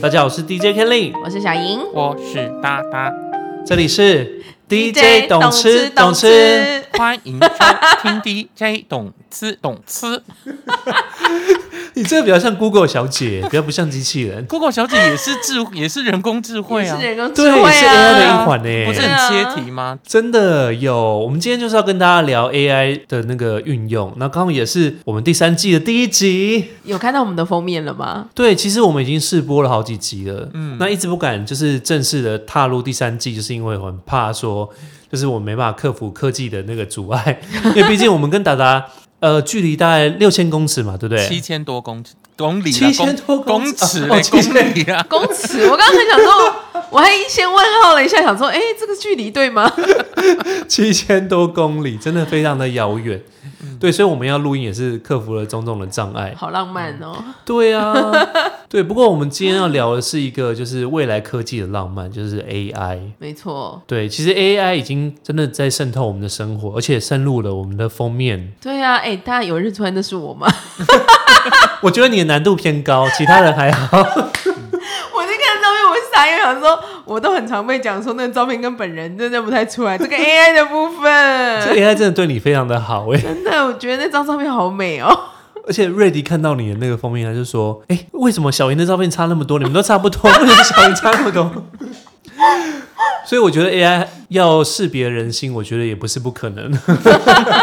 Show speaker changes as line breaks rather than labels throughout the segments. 大家好，我是 DJ Kelly，
我是小莹
我是哒哒，
这里是 DJ 懂吃懂吃。，
欢迎收听 DJ 懂吃懂吃。
你这个比较像 Google 小姐，比较不像机器 人。
Google 小姐也是 智，也是人工智慧
也
啊
是，人工智
对，
慧
是 AI 的
啊。
一环呢、欸
不是很切题吗？
真的有，我们今天就是要跟大家聊 AI 的那个运用。那刚好也是我们第三季的第一集。
有看到我们的封面了吗？
对，其实我们已经试播了好几集了，嗯，那一直不敢就是正式的踏入第三季，就是因为我很怕说，就是我没办法克服科技的那个阻碍，因为毕竟我们跟达达呃距离大概六千公尺嘛，对不对？
七千多公尺，公里啦，
七千多公
公
尺
尺
哦
嘞，
七千
公里啊，
公尺，我刚刚很想说， 我还先问号了一下，想说，哎、这个距离对吗？
七千多公里，真的非常的遥远。对，所以我们要录音也是克服了种种的障 碍。
好浪漫哦！
对啊，对。不过我们今天要聊的是一个就是未来科技的浪漫，就是 AI。
没错，
对，其实 AI 已经真的在渗透我们的生活，而且深入了我们的封面。
对啊，哎、大家有认出来那是我吗？
我觉得你的难度偏高，其他人还好。
我就看照片，我傻眼，想说，我都很常被讲说那个照片跟本人真的不太出来，这个 AI 的部
这
分，
AI 真的对你非常的好哎、
真的，我觉得那张照片好美哦。
而且瑞迪看到你的那个封面，他就说：“哎、为什么小莹的照片差那么多？你 们都差不多，为什么小莹差那么多？” 所以我觉得 AI 要识别人心，我觉得也不是不可 能。
你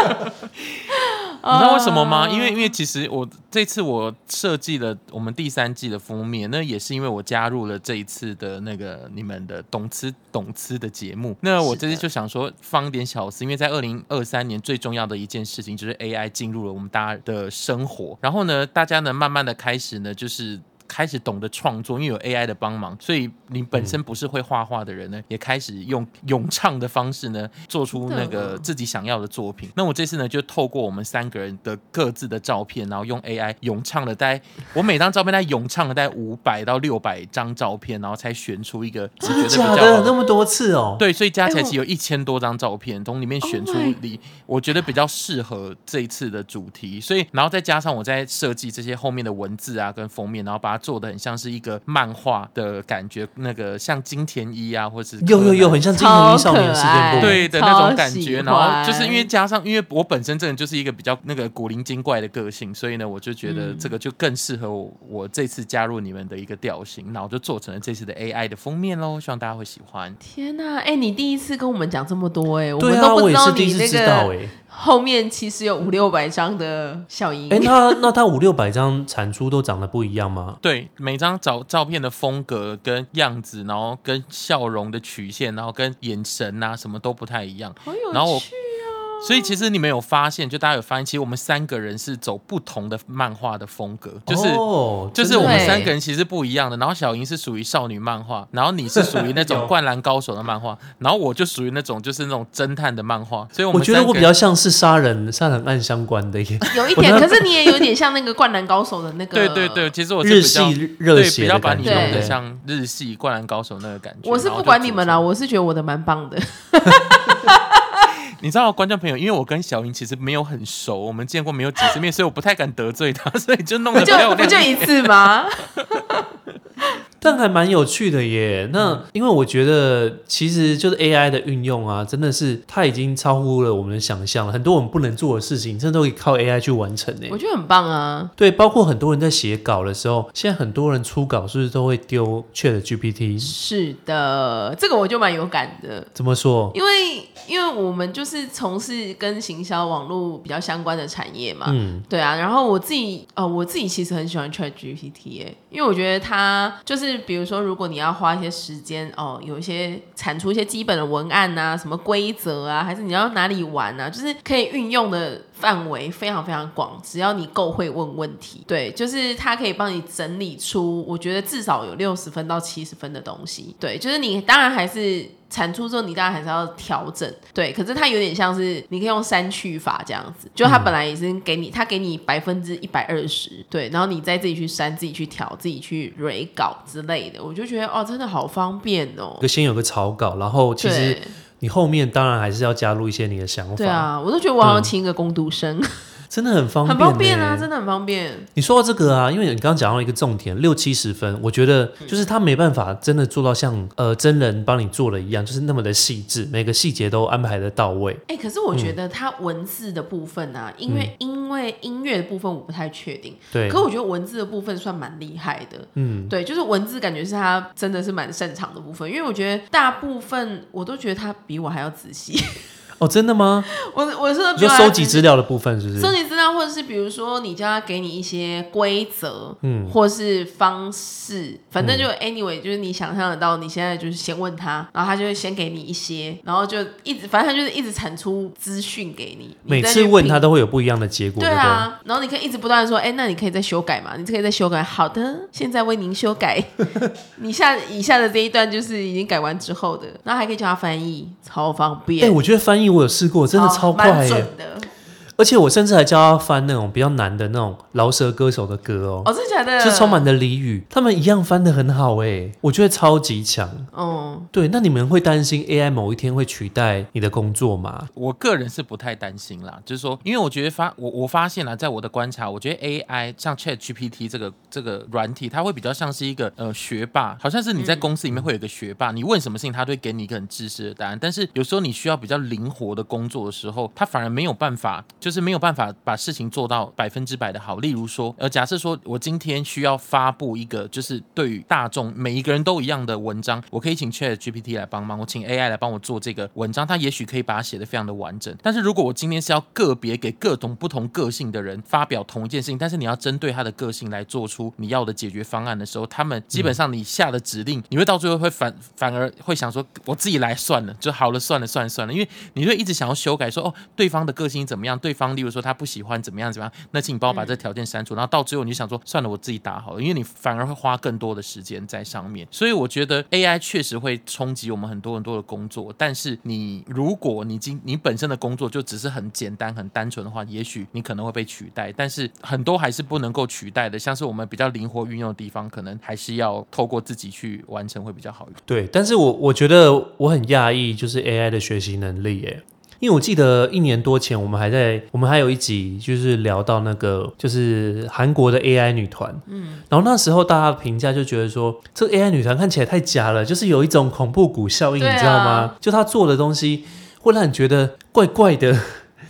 哦
知道为什么吗？因为因为其实我这次我设计了我们第三季的封面，那也是因为我加入了这一次的那个你们的懂吃懂吃的节目。那我这次就想说放一点巧思，因为在二零二三年最重要的一件事情就是 AI 进入了我们大家的生活，然后呢，大家呢慢慢的开始呢就是。开始懂得创作，因为有 AI 的帮忙，所以你本身不是会画画的人呢，也开始用咏唱的方式呢，做出那
真的
啊
个自己想要的作品。那我这次呢，就透过我们三个人的各自的照片，然后用 AI 咏唱了大概，我每张照片在咏唱了大概五百到六百张照片，然后才选出一个只觉得比较
假
好
的，那么多次哦。
对，所以加起
哎
来
我
其实有一千多张照片，从里面选出
Oh my
你我觉得比较适合这一次的主题，所以然后再加上我在设计这些后面的文字啊跟封面，然后把它做的很像是一个漫画的感觉，那个像金田一啊，或是
又又
柯
又
南
很像《金
超
童
可
少年时间
爱
部》
对的
超
那种感
喜
觉，
欢
然后就是因为加上，因为我本身真的就是一个比较那个古灵精怪的个性，所以呢，我就觉得
嗯
这个就更适合我我这次加入你们的一个调性，然后就做成了这次的 AI 的封面喽，希望大家会喜欢。
天呐、哎、你第一次跟我们讲这么多、哎，我
对
们
啊，
都不
我
知
也
道
是第一
你
次
那
知道
个
哎。
后面其实有五六百张的小莹。
哎，那那他五六百张产出都长得不一样吗？
对，每张照照片的风格跟样子，然后跟笑容的曲线，然后跟眼神啊，什么都不太一样。
好有
然后我
趣，
所以其实你们有发现，就大家有发现，其实我们三个人是走不同的漫画的风格，就是。
哦
就是
真的
我们
对
三个人其实不一样的，然后小莹是属于少女 漫画，然后你是属于那
有
种灌篮高手的漫画，然后我就属于那种就是那种侦探的漫画，所以我
我
们
觉得
三个
我比
人
较像是杀人杀人案相关的耶，
有一
我
点，
那
可是你也有点像那个灌篮高手的那个。
对对对，。其实 我是
日
比较
系热
对
血
比
的
较把
感
你
觉。
弄得
对
像日系灌篮高手那个感觉。
我是
然后
不
就
管
组
你们
成
啦，我是觉得我的蛮棒的。
你知道，观众朋友，因为我跟小莹其实没有很熟，我们见过没有几次面，所以我不太敢得罪她，所以就弄
不
得没
就
有
不就一次吗？
但还蛮有趣的耶。
嗯
那因为我觉得，其实就是 AI 的运用啊，真的是它已经超乎了我们的想象了。很多我们不能做的事情，真的都可以靠 AI 去完成呢欸
我。觉得很棒啊。
对，包括很多人在写稿的时候，现在很多人初稿是不是都会丢 Chat GPT？
是的，这个我就蛮有感的，
怎么说？
因为因为我们就是从事跟行销网络比较相关的产业嘛。
嗯，
对啊，然后我自己呃，我自己其实很喜欢 Chat GPT 哎、因为我觉得它就是比如说，如果你要花一些时间哦，有一些产出一些基本的文案啊，什么规则啊，还是你要哪里玩啊，就是可以运用的范围非常非常广，只要你够会问问题，对，就是它可以帮你整理出，我觉得至少有六十分到七十分的东西，对，就是你当然还是。产出之后，你当然还是要调整，对。可是它有点像是你可以用删去法这样子，就
嗯
它本来已经给你，它给你百分之一百二十，对，然后你再自己去删、自己去调、自己去 re 稿之类的，我就觉得哦，真的好方便哦。
就先有个草稿，然后其实
对
你后面当然还是要加入一些你的想法。
啊对啊，我都觉得我好像请一个工读生，
真的很方便、
很
欸，
方便啊，真的很方便。
你说到这个啊，因为你刚刚讲到一个重点，六七十分，我觉得
嗯
就是他没办法真的做到像呃真人帮你做的一样，就是那么的细致，每个细节都安排的到位。
哎、可是我
嗯
觉得它文字的部分啊，因为因为音乐的部分我不太确定，
对，
可我觉得文字的部分算蛮厉害的。
嗯，
对，就是文字感觉是他真的是蛮擅长的部分，因为我觉得大部分我都觉得他比我还要仔细。
哦，真的吗？
我我是说
你
比
说
我还
收
要
集
仔细
资料的部分是不
收
是？
集资料，或啊者是比如说你叫他给你一些规则，
嗯
或是方式，反正就 anyway，就是你想象得到，你现在就是先问他，然后他就会先给你一些，然后就一直，反正他就是一直产出资讯给你，你
每
再
次
去
问
评
他都会有不一样的结果，
对
对不对？
啊，然后你可以一直不断的说，哎、那你可以再修改嘛，你可以再修改。好的，现在为您修改。 你下以下的这一段就是已经改完之后的，然后还可以叫他翻译，超方
哎、
便。
我觉得翻译我有试过，真的
好
超
哦蛮
快耶、
准的。
而且我甚至还教他翻那种比较难的那种饶舌歌手的歌哦，
哦，真的假的？
是充满的俚语，他们一样翻的很好哎、我觉得超级强。
嗯，
对，那你们会担心 AI 某一天会取代你的工作吗？
我个人是不太担心啦，就是说，因为我觉得发我我发现了，在我的观察，我觉得 AI 像 Chat GPT 这个这个软体，它会比较像是一个呃学霸，好像是你在公司里面会有一个学霸，你问什么事情，它都会给你一个很知识的答案。但是有时候你需要比较灵活的工作的时候，它反而没有办法，就是没有办法把事情做到百分之百的好。例如说，呃，假设说我今天需要发布一个就是对于大众每一个人都一样的文章，我可以请 Chat GPT 来帮忙，我请 AI 来帮我做这个文章，它也许可以把它写得非常的完整。但是如果我今天是要个别给各种不同个性的人发表同一件事情，但是你要针对他的个性来做出你要的解决方案的时候，他们基本上你下的指令，你会到最后会反反而会想说，我自己来算了，就好了，算了，算了，算了，因为你会一直想要修改说，哦，对方的个性怎么样，对方例如说他不喜欢怎么样怎么样，那请你帮我把这条件删除，然后到最后你就想说，算了，我自己打好了，因为你反而会花更多的时间在上面。 所以我觉得 AI 确实会冲击我们很多很多的工作，但是你如果你今你本身的工作就只是很简单很单纯的话，也许你可能会被取代，但是很多还是不能够取代的，像是我们比较灵活运用的地方，可能还是要透过自己去完成会比较好一点。
对，但是我我觉得我很讶异，就是 AI 的学习能力耶。因为我记得一年多前，我们还在，我们还有一集就是聊到那个，就是韩国的 AI 女团，嗯，然后那时候大家评价就觉得说，这个 AI 女团看起来太假了，就是有一种恐怖谷效应，
对啊
你知道吗？就她做的东西会让你觉得怪怪的。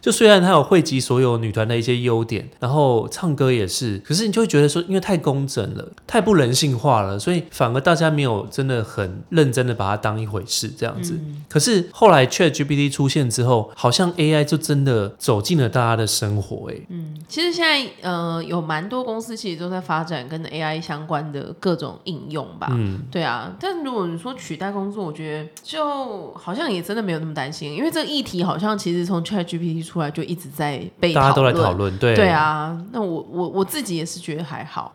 就虽然她有汇集所有女团的一些优点，然后唱歌也是，可是你就会觉得说，因为太工整了，太不人性化了，所以反而大家没有真的很认真的把它当一回事这样子。
嗯
可是后来 Chat GPT 出现之后，好像 AI 就真的走进了大家的生活、
嗯
欸，
其实现在呃有蛮多公司其实都在发展跟 AI 相关的各种应用吧。
嗯，
对啊，但如果你说取代工作，我觉得就好像也真的没有那么担心，因为这个议题好像其实从 ChatGPT 出来就一直在被
大家都来
论
讨论，对嗯
对。啊，那我我我自己也是觉得还好，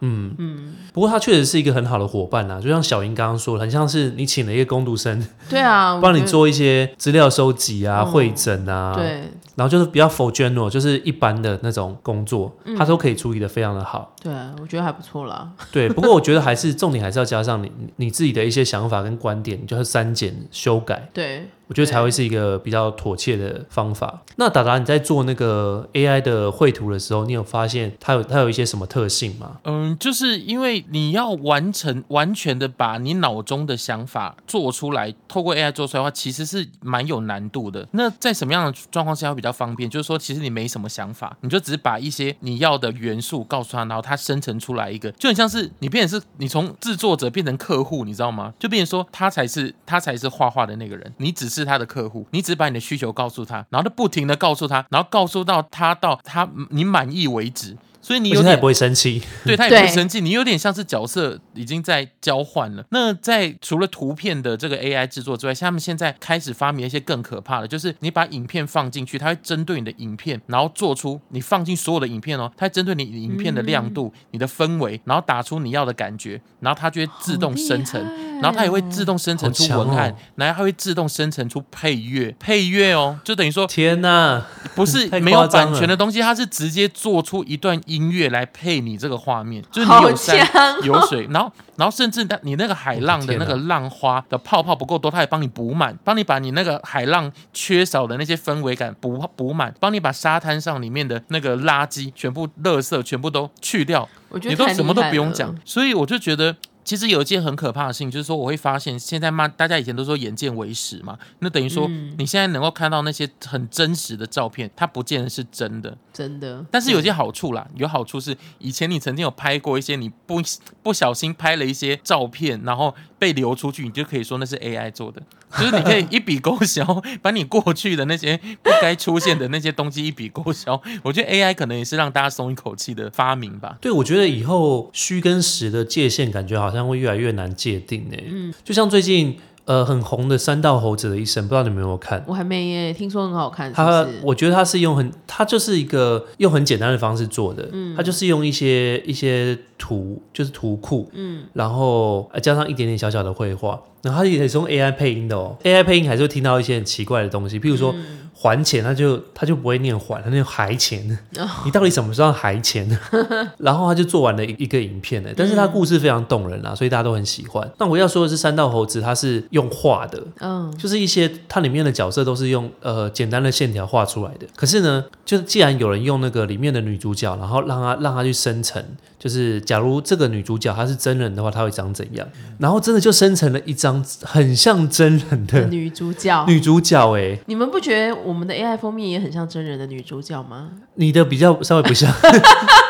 不过它确实是一个很好的伙伴啦，啊就像小英刚刚说的，很像是你请了一个工读生
对啊，我
帮你
觉得，
做一些资料收集啊、
嗯
会诊啊，
对
然后就是比较 for general，就是一般的那种工作，
嗯
他都可以处理的非常的好。
对啊，我觉得还不错啦。
对，不过我觉得还是重点还是要加上你你自己的一些想法跟观点，你就是删减修改，
对，
我觉得才会是一个比较妥切的方法。那达达，你在做那个 AI 的绘图的时候，你有发现它有它有一些什么特性吗？
嗯，就是因为你要完成完全的把你脑中的想法做出来，透过 AI 做出来的话，其实是蛮有难度的。那在什么样的状况下会比较方便？就是说，其实你没什么想法，你就只是把一些你要的元素告诉他，然后它生成出来一个，就很像是你变成是你从制作者变成客户，你知道吗？就变成说他才是他才是画画的那个人，你只是他的客户，你只把你的需求告诉他，然后就不停的告诉他，然后告诉到他到他你满意为止。所以你
而
有
且它也
点
不会生气，
对他也不会
对
生气，你有点像是角色已经在交换了。那在除了图片的这个 AI 制作之外，像他们现在开始发明一些更可怕的，就是你把影片放进去，它会针对你的影片，然后做出你放进所有的影片哦，它会针对你影片的亮度、
嗯
你的氛围，然后打出你要的感觉，然后它就会自动生成。
好厉害
然后它也会自动生成出
好强
文案，
哦
然后它会自动生成出配乐，配乐哦，就等于说
天哪、
不是
太夸张了
没有版权的东西，它是直接做出一段音乐来配你这个画面，就是你
好
有山
哦
强
有水，然后然后甚至它你那个海浪的
我的天
那
啊
个浪花的泡泡不够多，它也帮你补满，帮你把你那个海浪缺少的那些氛围感补补满，帮你把沙滩上里面的那个垃圾全部、垃圾全部都去掉，
我觉得
你都
太
什么
厉
都
害
不用
了
讲，，所以我就觉得。其实有一件很可怕的事情，就是说我会发现，现在嘛，大家以前都说眼见为实嘛，那等于说
嗯
你现在能够看到那些很真实的照片，它不见得是真的。
真的。
但是有些好处啦，有好处是以前你曾经有拍过一些你不不小心拍了一些照片，然后被流出去，你就可以说那是 AI 做的，就是你可以一笔勾销，把你过去的那些不该出现的那些东西一笔勾销。我觉得 AI 可能也是让大家松一口气的发明吧。
对，我觉得以后虚跟实的界限感觉好像会越来越难界定诶。嗯，就像最近呃很红的《三道猴子的一生》，不知道你们有没有看？
嗯我还没耶，听说很好看，是
他
不是？
我觉得他是用很，他就是一个用很简单的方式做的，
嗯
他就是用一些一些图，就是图库，嗯，然后呃加上一点点小小的绘画，然后他也是用 AI 配音的哦，AI 配音还是会听到一些很奇怪的东西，譬如说
嗯
还钱，他就他就不会念还，他念还钱，
哦
你到底什么时候还钱？ 然后他就做完了一一个影片呢，但是他故事非常动人啊，所以大家都很喜欢。那我要说的是，三道猴子他是用画的，
嗯，
就是一些它里面的角色都是用呃简单的线条画出来的。可是呢，就是既然有人用那个里面的女主角，然后让她让她去生成，就是假如这个女主角她是真人的话，她会长怎样？然后真的就生成了一张很像真人的
女主角，
女主角、哎，
你们不觉得我们的 AI 封面也很像真人的女主角吗？
你的比较稍微不像，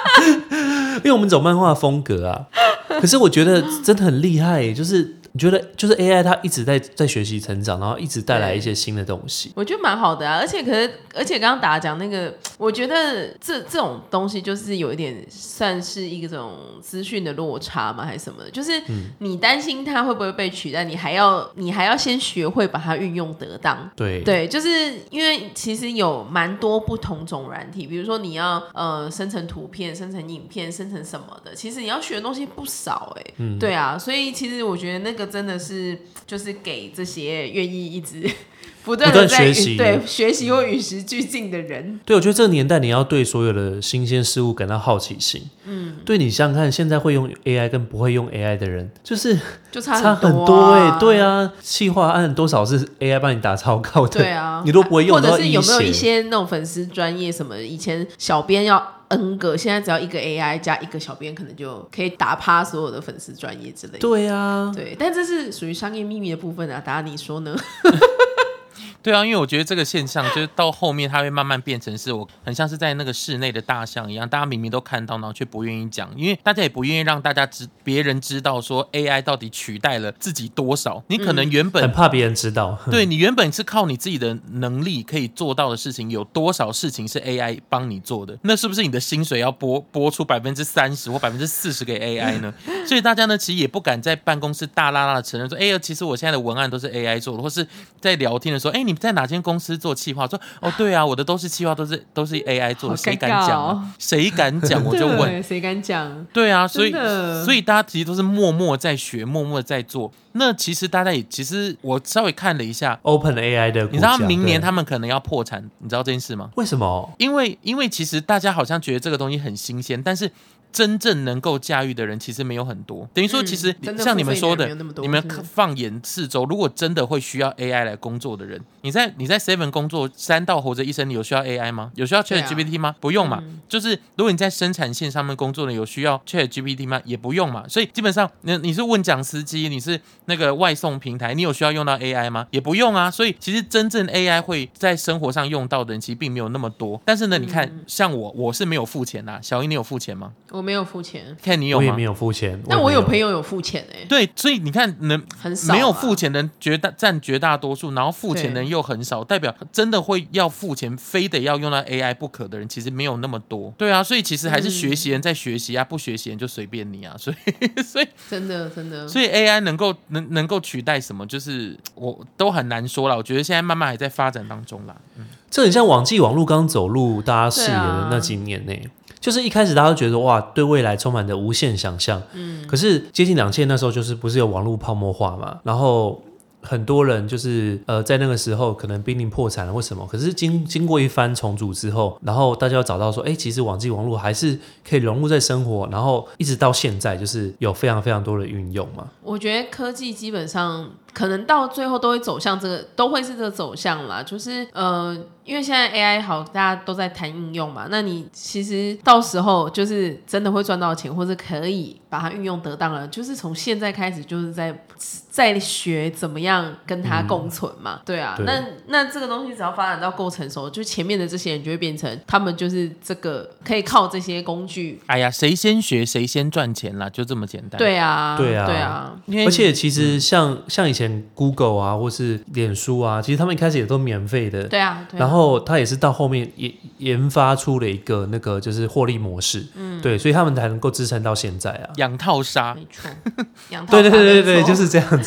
因为我们走漫画风格啊。可是我觉得真的很厉害、哎就是你觉得就是 AI 它一直在在学习成长，然后一直带来一些新的东西。
我觉得蛮好的啊，而且可是，而且刚刚达讲那个，我觉得这这种东西就是有一点算是一个种资讯的落差嘛，还是什么的？就是你担心它会不会被取代，你还要你还要先学会把它运用得当。
对
对，就是因为其实有蛮多不同种软体，比如说你要呃生成图片、生成影片、生成什么的，其实你要学的东西不少哎、
嗯
对啊，所以其实我觉得那个真的是就是给这些愿意一直 不断的
不断
在
学习
对学习或与时俱进的人，
对，我觉得这个年代你要对所有的新鲜事物感到好奇心。嗯，对你想想看，现在会用 AI 跟不会用 AI 的人，就是
就差
差很
多
哎、
啊
对。啊，企划案多少是 AI 帮你打草稿的？
对啊，
你都不会用，
或者
然后
是有没有
一
一些那种粉丝专业什么？以前小编要 N 个，现在只要一个 AI 加一个小编，可能就可以打趴所有的粉丝专业之类的。
对啊，
嗯
对，但这是属于商业秘密的部分啊，达你说呢？
对啊，因为我觉得这个现象就是到后面它会慢慢变成是我很像是在那个室内的大象一样，大家明明都看到，然后却不愿意讲，因为大家也不愿意让大家知别人知道说 AI 到底取代了自己多少。你可能原本、
很怕别人知道。
嗯
对你原本是靠你自己的能力可以做到的事情，有多少事情是 AI 帮你做的？那是不是你的薪水要拨拨出百分之三十或百分之四十给 AI 呢？所以大家呢，其实也不敢在办公室大啦啦的承认说，哎呀，其实我现在的文案都是 AI 做的，或是在聊天的时候，哎，你在哪间公司做企划？说，哦，对啊，我的都是企划，都是都是 AI 做的，
好尴
谁敢讲、
尬哦
啊？谁敢讲？我就问，
对 谁敢讲？
对啊，所以
真的
所以大家其实都是默默在学，默默在做。那其实大家也其实我稍微看了一下，
Open AI 的股价，
你知道明年
对
他们可能要破产，你知道这件事吗？
为什么？
因为因为其实大家好像觉得这个东西很新鲜，但是真正能够驾驭的人其实没有很多。等于说，
嗯
其实
真的
像你们说
付费的人没有那么多
你们
是不是
放眼四周，如果真的会需要 AI 来工作的人，你在你在 Seven 工作三到猴子一生，你有需要 AI 吗？有需要
对啊嗯
Chat GPT 吗？不用嘛。就是如果你在生产线上面工作的，有需要 Chat GPT 吗？也不用嘛。所以基本上，你你是问讲司机，你是那个外送平台，你有需要用到 AI 吗？也不用啊。所以其实真正 AI 会在生活上用到的人，其实并没有那么多。但是呢，你看，
嗯
像我，我是没有付钱啦。小英，你有付钱吗？
我没有付钱，
看你有
我也
吗
没？有付钱，
但我
也没
有朋友有付钱哎、
对，所以你看，能
很少啊
没有付钱的人绝大占绝大多数，然后付钱的人又很少，代表真的会要付钱，非得要用到 AI 不可的人，其实没有那么多。对啊，所以其实还是学习人在学习啊，不学习人就随便你啊。所以所以
真的真的。
所以 AI 能够能能够取代什么，就是我都很难说了。我觉得现在慢慢还在发展当中啦。
这很像网际网络刚走入大家视野
对啊
的那几年呢、就是一开始大家都觉得哇，对未来充满着无限想象。嗯，可是接近两千那时候就是不是有网络泡沫化嘛，然后。很多人就是呃，在那个时候可能濒临破产了或什么，可是经经过一番重组之后，然后大家要找到说，哎、其实网际网络还是可以融入在生活，然后一直到现在就是有非常非常多的运用嘛。
我觉得科技基本上可能到最后都会走向这个，都会是这个走向啦。就是呃，因为现在 AI 好，大家都在谈应用嘛，那你其实到时候就是真的会赚到钱，或者可以把它运用得当了，就是从现在开始就是在在学怎么样跟它共存嘛。对啊，
对
那那这个东西只要发展到够成熟，就前面的这些人就会变成他们就是这个可以靠这些工具。
哎呀，谁先学谁先赚钱啦，就这么简单。，
对啊，
对啊
对啊，
因为
而且其实像、像以前 Google 啊，或是脸书啊，其实他们一开始也都免费的，
对啊，对啊
然后他也是到后面研研发出了一个那个就是获利模式，嗯，对，所以他们才能够支撑到现在啊。
养套杀，
没 错，养套
对对
法
对对
没
对，
错
就是这样子。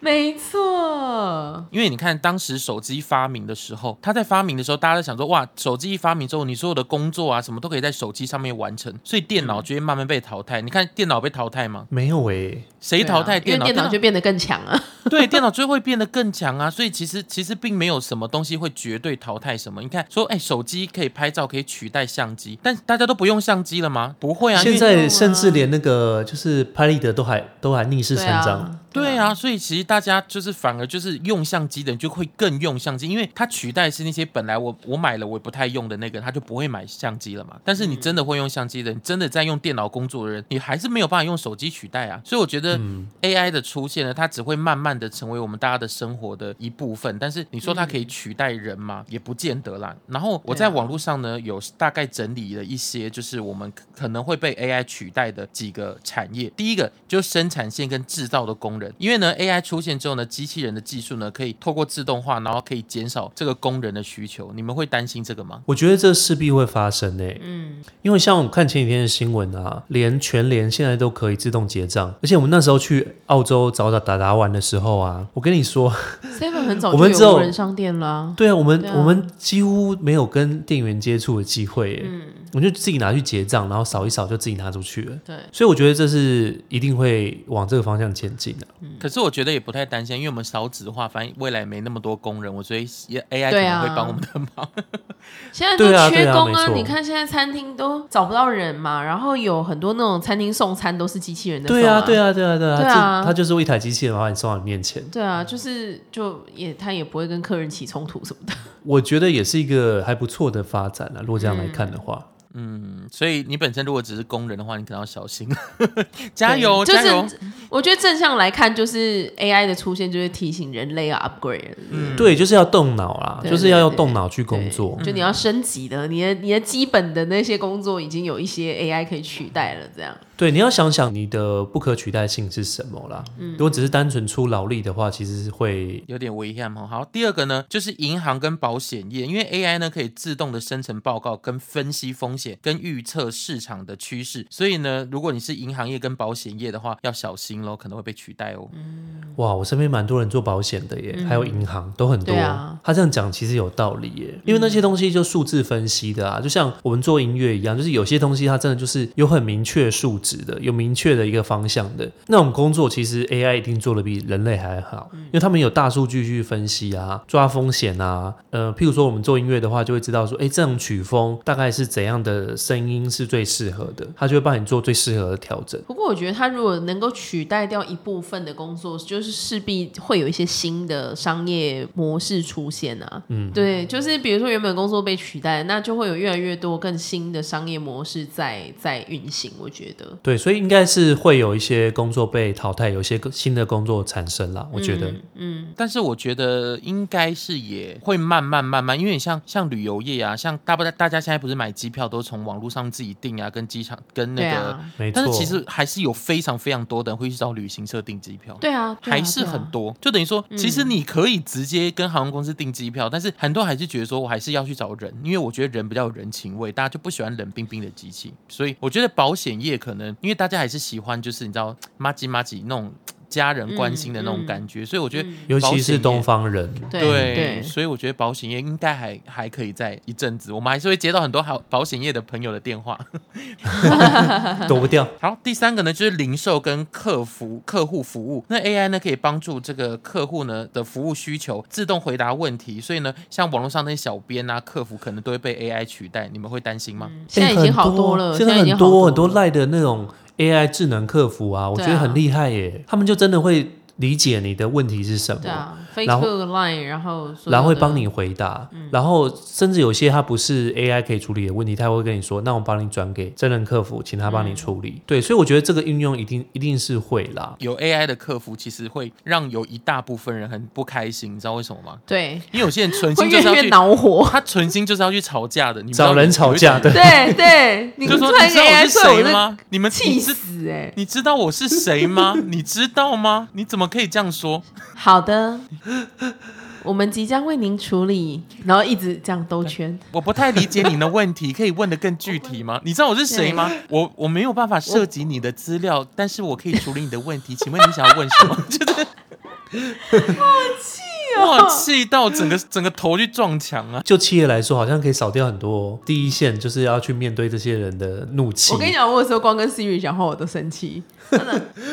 没错，
因为你看当时手机发明的时候，他在发明的时候，大家都想说，哇，手机一发明之后，你所有的工作啊，什么都可以在手机上面完成，所以电脑就会慢慢被淘汰。你看电脑被淘汰吗？
没有欸诶、
谁淘汰
对啊因
电
为
脑？
电脑就变得更强啊 了。
对，电脑就会变得更强啊，所以其实其实并没有什么东西会绝对淘汰什么。你看，说哎、手机可以拍照，可以取代相机，但大家都不用相机了吗？不会啊，因
现
为
在甚至连那个就是拍立得都还都还逆势
对
成
啊
长。，
对啊，所以其实大家就是反而就是用相机的人就会更用相机，因为它取代是那些本来我我买了我也不太用的那个，他就不会买相机了嘛。但是你真的会用相机的人，真的在用电脑工作的人，你还是没有办法用手机取代啊。所以我觉得 AI 的出现呢，它只会慢慢的成为我们大家的生活的一部分。但是你说它可以取代人吗？也不见得啦。然后我在
嗯对啊
网络上呢有大概整理了一些，就是我们可可能会被 AI 取代的几个产业。第一个就是生产线跟制造的工人，因为呢 AI 出现之后呢，机器人的技术呢可以透过自动化，然后可以减少这个工人的需求。你们会担心这个吗？
我觉得这势必会发生诶、
嗯，
因为像我看前几天的新闻啊，连全联现在都可以自动结账，而且我们那时候去澳洲找找达达玩的时候啊，我跟你说，
seven 很早
我们
就
只有
有无人商店啦。
对啊，我们、
对啊
我们几乎没有跟店员接触的机会耶，
嗯
我就自己拿去结账，然后扫一扫就自己拿出去了。
对，
所以我觉得这是一定会往这个方向前进的、
嗯
可是我觉得也不太担心，因为我们少子化，反正未来没那么多工人，我所以也 AI 可
对啊
能会帮我们的忙。
现在都
对啊对
缺
啊
工
没错
你看现在餐厅都找不到人嘛，然后有很多那种餐厅送餐都是机器人在送
对啊，对
啊，
啊，对啊，对啊，
对啊
这它就是一台机器人把你送到你面前。
对啊，就是就也他也不会跟客人起冲突什么的。
我觉得也是一个还不错的发展啊。如果这样来看的话，
嗯，所以你本身如果只是工人的话，你可能要小心， 加油，
就
加油！
是我觉得正向来看，就是 AI 的出现就是提醒人类要 upgrade，
嗯，
对，就是要动脑啦，
对
就是要用
对
动脑去工
对
作。
就你要升级的，你的你的基本的那些工作已经有一些 AI 可以取代了，这样。
对，你要想想你的不可取代性是什么啦。
嗯
如果只是单纯出劳力的话，其实是会
有点危险哦。好，第二个呢，就是银行跟保险业，因为 AI 呢可以自动的生成报告、跟分析风险、跟预测市场的趋势，所以呢，如果你是银行业跟保险业的话，要小心喽，可能会被取代哦。
嗯
哇，我身边蛮多人做保险的耶，还有银行都很多。
对啊
他这样讲其实有道理耶，因为那些东西就数字分析的啊，就像我们做音乐一样，就是有些东西它真的就是有很明确数值的，有明确的一个方向的。那种工作其实 AI 一定做的比人类还好，
嗯
因为他们有大数据去分析啊，抓风险啊。呃，譬如说我们做音乐的话，就会知道说，哎，这种曲风大概是怎样的声音是最适合的，它就会帮你做最适合的调整。
不过我觉得它如果能够取代掉一部分的工作，就是势必会有一些新的商业模式出现啊。嗯，对，就是比如说原本工作被取代，那就会有越来越多更新的商业模式在在运行。我觉得，
对，所以应该是会有一些工作被淘汰，有一些新的工作产生啦。我觉得，
嗯，
但是我觉得应该是也会慢慢慢慢，因为你像像旅游业啊，像大不大家现在不是买机票都从网络上自己订啊，跟机场跟
对
那个，
啊，
没错。
但是其实还是有非常非常多的人会去找旅行社订机票。
对啊，对啊嗯
还是很。多，就等于说，其实你可以直接跟航空公司订机票，但是很多还是觉得说我还是要去找人，因为我觉得人比较有人情味，大家就不喜欢冷冰冰的机器，所以我觉得保险业可能因为大家还是喜欢就是你知道麻吉麻吉那种家人关心的那种感觉，所以我觉得
嗯
尤
保
其
险
是
业
东方人，
对
对，所以我觉得保险业应该还还可以再一阵子，我们还是会接到很多好保险业的朋友的电话。
躲不掉。
好，第三个呢就是零售跟客服客户服务。那 AI 呢可以帮助这个客户呢的服务需求自动回答问题，所以呢，像网络上那些小编啊、客服可能都会被 AI 取代，你们会担心吗？
现在已经好
很多
了，
现
在
在
已经
很
好多
很多
了
赖的那种 AI 智能客服啊，我觉
对
得
啊
很厉害耶，他们就真的会理解你的问题是什么
对。啊
然后
，Facebook、Line，然后所有
然后会
的嗯
帮你回答，然后甚至有些它不是 AI 可以处理的问题，它会跟你说，那我帮你转给真人客服，请他
嗯
帮你处理。对，所以我觉得这个应用一定一定是会啦。
有 AI 的客服其实会让有一大部分人很不开心，你知道为什么吗？
对，
因为有些人存
会
心就
越
是要
来
去
越，恼火。
他存心就是要去吵架的，你们知道
找人
有
吵架，对，
对对，你
有一种人就
突
说
然
你知
AI 出
道我是
来，
谁
我在
吗？你们
气
你知
死哎、
你知道我是谁吗？你知道吗？你怎么可以这样说？
好的，我们即将为您处理，然后一直这样兜圈。
我不太理解你的问题，可以问的更具体吗？你知道我是谁吗？我我没有办法涉及你的资料，但是我可以处理你的问题。请问你想要问什么？ 就是。好气哦！哇，气到整个整个头去撞墙啊！
就企业来说，好像可以少掉很多第一线，就是要去面对这些人的怒气。
我跟你讲，我有时候光跟 Siri 讲话我都生气。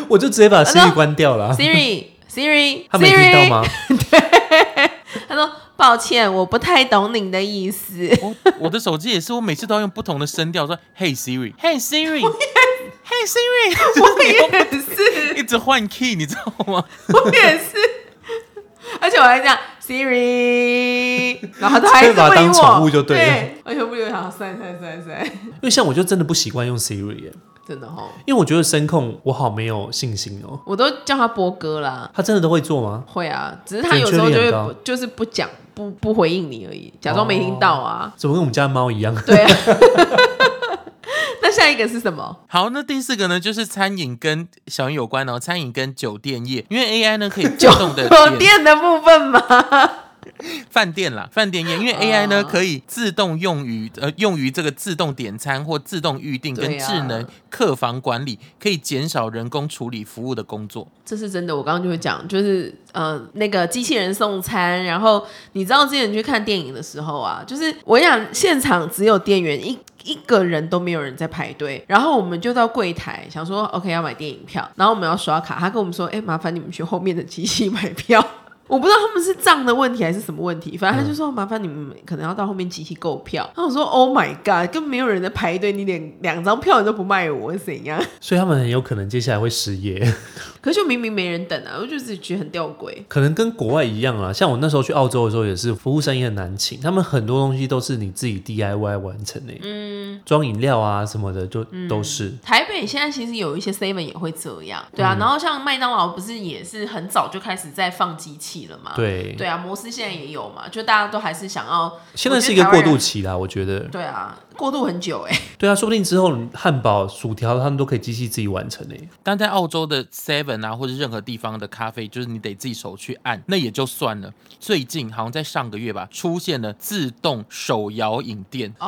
我就直接把
真的
Siri 关掉了啊。
Siri Siri，
他没听到
Siri
吗？
他说：“抱歉，我不太懂您的意思。
我我的手机也是，我每次都要用不同的声调说 “Hey Siri”，“Hey Siri”，“Hey Siri”，就”
我
是你
也
用
是，
一直换 key，你知道吗？
我也是，而且我还这样 Siri，然后他还是
直接把
不
它
理
当宠
我，
物就对了
对，而且不理我，想算算算算，
因为像我就真的不习惯用 Siri，耶
真的哦，
因为我觉得声控我好没有信心哦。
我都叫他播歌啦。
他真的都会做吗？
会啊，只是他有时候
准
就
确
会
率很高哦
不就是不讲不不回应你而已，假装没听到 啊。
怎么跟我们家的猫一样？
对啊。 那下一个是什么？
好，那第四个呢，就是餐饮跟小英有关哦，餐饮跟酒店业，因为 AI 呢可以自
酒
动的
酒店的部分吗？
饭店啦，饭店业，因为 AI 呢、可以自动用于呃用于这个自动点餐或自动预定跟
对啊
智能客房管理，可以减少人工处理服务的工作。
这是真的，我刚刚就会讲，就是呃，那个机器人送餐，然后你知道之前去看电影的时候啊，就是我想现场只有店员一。一个人都没有人在排队，然后我们就到柜台想说，OK 要买电影票，然后我们要刷卡，他跟我们说，哎、麻烦你们去后面的机器买票。 我不知道他们是账的问题还是什么问题，反正他就说麻烦你们可能要到后面机器购票。然后我说 Oh my god，根本没有人在排队，你连两张票你都不卖我，是怎样？
所以他们很有可能接下来会失业，
可是就明明没人等啊，我就只觉得很吊诡。
可能跟国外一样啊。像我那时候去澳洲的时候，也是服务生也很难请，他们很多东西都是你自己 DIY 完成的、嗯，装饮料啊什么的，就
嗯
都是。
台北现在其实有一些 Seven 也会这样，对
嗯
啊，然后像麦当劳不是也是很早就开始在放机器了嘛？
对，
对啊，摩斯现在也有嘛，就大家都还是想要，
现在
我觉
是
得
一个
台湾
过
人
渡期啦，我觉得。
对啊，过渡很久哎、
对啊，说不定之后汉堡、薯条他们都可以机器自己完成诶、欸
但在澳洲的 Seven 啊，或者任何地方的咖啡，就是你得自己手去按，那也就算了。最近好像在上个月吧，出现了自动手摇饮店。
好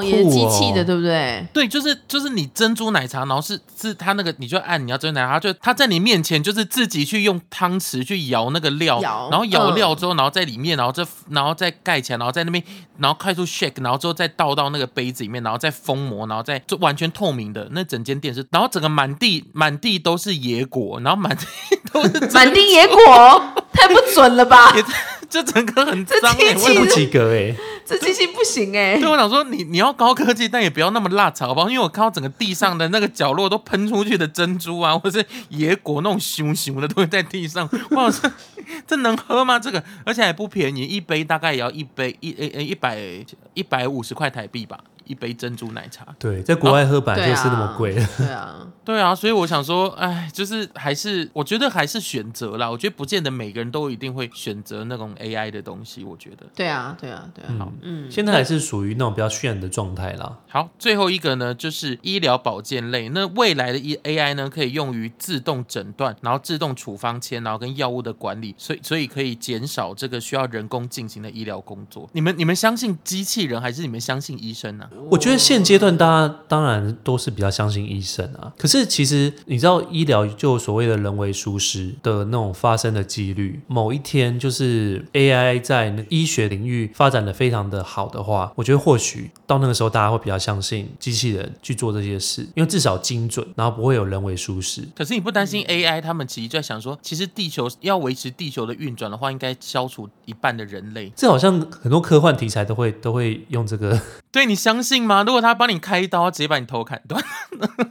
酷哦
也是机器的，对不对？
对，就是就是你珍珠奶茶，然后是是它那个，你就按你要珍珠奶茶，它就它在你面前就是自己去用汤匙去摇那个料，
摇
然后摇
嗯
料之后，然后在里面，然后再然后再盖起来，然后在那边，然后快速 shake，然后之后再倒到那个杯子里面，然后再封膜，然后再就完全透明的那整间店是，然后整个满地满地都是野果，然后满地 都 是珍
满地野果，太不准了吧？
也就整个很
这
脏、欸，
天
为
气
什
不
么
是？
及格诶、
这机器不行哎、
对我想说你，你要高科技，但也不要那么辣炒吧，因为我看到整个地上的那个角落都喷出去的珍珠啊，或者是野果那种熊熊的东西在地上，我想说这能喝吗？这个而且还不便宜，一杯大概也要一杯一呃呃一百一百五十块台币吧，一杯珍珠奶茶。
对，在国外喝本来
对
就
啊，
是那么贵。
对啊，
对啊，所以我想说，哎，就是还是我觉得还是选择啦，我觉得不见得每个人都一定会选择那种 AI 的东西，我觉得。
对啊，对啊，对啊，嗯，
现在还是属于那种比较炫的状态啦。
好，最后一个呢，就是医疗保健类。那未来的 E AI 呢，可以用于自动诊断，然后自动处方签，然后跟药物的管理，所以所以可以减少这个需要人工进行的医疗工作。你们你们相信机器人还是你们相信医生呢、啊
嗯
我觉得现阶段大家当然都是比较相信医生啊，可是其实你知道，医疗就所谓的人为疏失的那种发生的几率，某一天就是 AI 在那医学领域发展的非常的好的话，我觉得或许到那个时候大家会比较相信机器人去做这些事，因为至少精准，然后不会有人为疏失。
可是你不担心 AI 他们其实就在想说，其实地球要维持地球的运转的话，应该消除一半的人类。
这好像很多科幻题材都会都会用这个，
对你相信吗？如果他帮你开刀，直接把你头砍断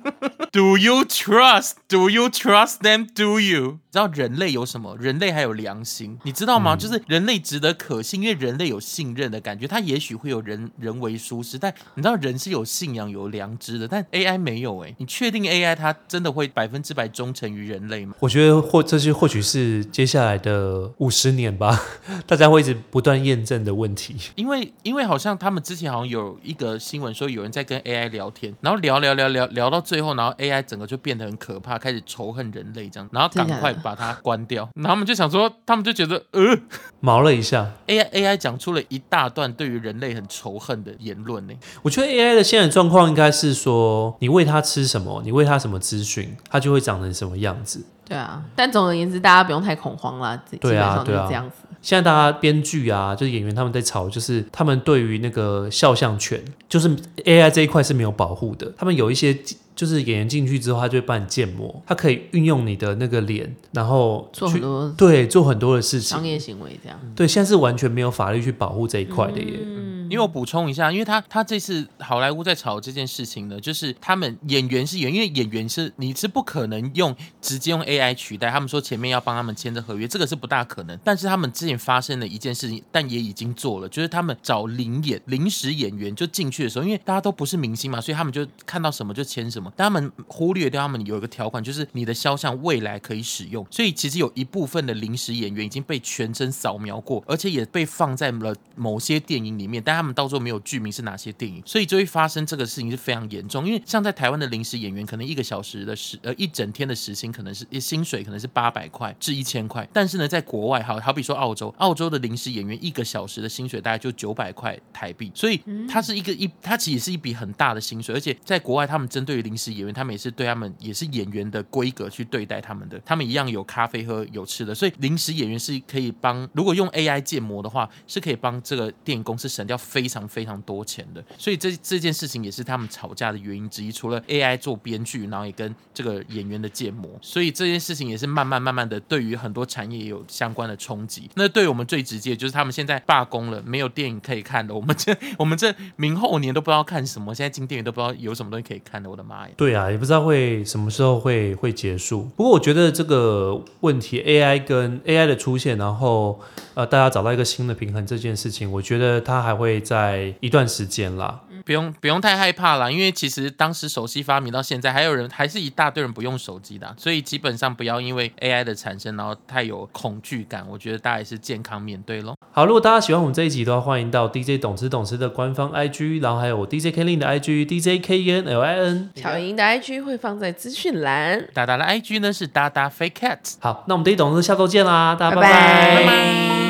，Do you trust? Do you trust them? Do you? 你知道人类有什么？人类还有良心，你知道吗？就是人类值得可信，因为人类有信任的感觉。他也许会有人人为疏失，但你知道人是有信仰、有良知的，但 AI 没有哎、你确定 AI 它真的会百分之百忠诚于人类吗？
我觉得或这些或许是接下来的五十年吧， 大家会一直不断验证的问题。
因为因为好像他们之前好像有一个新闻说有人在跟 AI 聊天，然后聊聊聊聊聊到最后，然后 AI 整个就变得很可怕，开始仇恨人类这样，然后
真
赶
的假
快
的
把它关掉。然后他们就想说，他们就觉得呃
毛了一下，
，AI AI 讲出了一大段对于人类很仇恨的言论呢。
我觉得 AI 的现在状况应该是说，你喂它吃什么，你喂它什么资讯，它就会长成什么样子。
对啊，但总而言之，大家不用太恐慌啦，基基
对
本
啊
上就是
对啊
这样子。
现在大家编剧啊，就是演员他们在吵，就是他们对于那个肖像权，就是 AI 这一块是没有保护的。他们有一些就是演员进去之后，他就会帮你建模，他可以运用你的那个脸，然后
做很
去
多
对做很多的事
商
情。
业行为这样。
对，现在是完全没有法律去保护这一块的耶。
嗯，
因为我补充一下，因为他他这次好莱坞在吵这件事情呢，就是他们演员是演员，因为演员是你是不可能用直接用 AI 取代。他们说前面要帮他们签的合约，这个是不大可能。但是他们之前发生了一件事情，但也已经做了，就是他们找临演临时演员就进去的时候，因为大家都不是明星嘛，所以他们就看到什么就签什么，但他们忽略掉他们有一个条款，就是你的肖像未来可以使用。所以其实有一部分的临时演员已经被全身扫描过，而且也被放在了某些电影里面，但他们到时候没有剧名是哪些电影，所以就会发生这个事情是非常严重。因为像在台湾的临时演员，可能一个小时的时呃一整天的时薪可能是薪水可能是八百块至一千块，但是呢，在国外好好比说澳洲，澳洲的临时演员一个小时的薪水大概就九百块台币，所以它是一个一它其实是一笔很大的薪水，而且在国外他们针对于临时演员，他们也是对他们也是演员的规格去对待他们的，他们一样有咖啡喝有吃的，所以临时演员是可以帮如果用 AI 建模的话，是可以帮这个电影公司省掉非常非常多钱的，所以这这件事情也是他们吵架的原因之一，除了 AI 做编剧，然后也跟这个演员的建模，所以这件事情也是慢慢慢慢的对于很多产业也有相关的冲击。那对我们最直接就是他们现在罢工了，没有电影可以看了，我们这我们这明后年都不知道看什么，现在进电影都不知道有什么东西可以看了，我的妈呀！
对啊，也不知道会什么时候会会结束。不过我觉得这个问题 AI 跟 AI 的出现，然后呃大家找到一个新的平衡这件事情，我觉得它还会在一段时间啦。
嗯
不用不用太害怕啦，因为其实当时手机发明到现在，还有人还是一大堆人不用手机的啊、所以基本上不要因为 AI 的产生，然后太有恐惧感。我觉得大家也是健康面对咯。
好，如果大家喜欢我们这一集的话，欢迎到 DJ 懂吃懂吃的官方 IG，然后还有我 DJ Klin 的 IG DJ K E N L I N。
巧莹的 IG 会放在资讯栏。
达达的 IG 呢是达达 Fake Cat，
好，那我们 DJ 懂吃下周见啦，大家
拜
拜
拜
拜拜。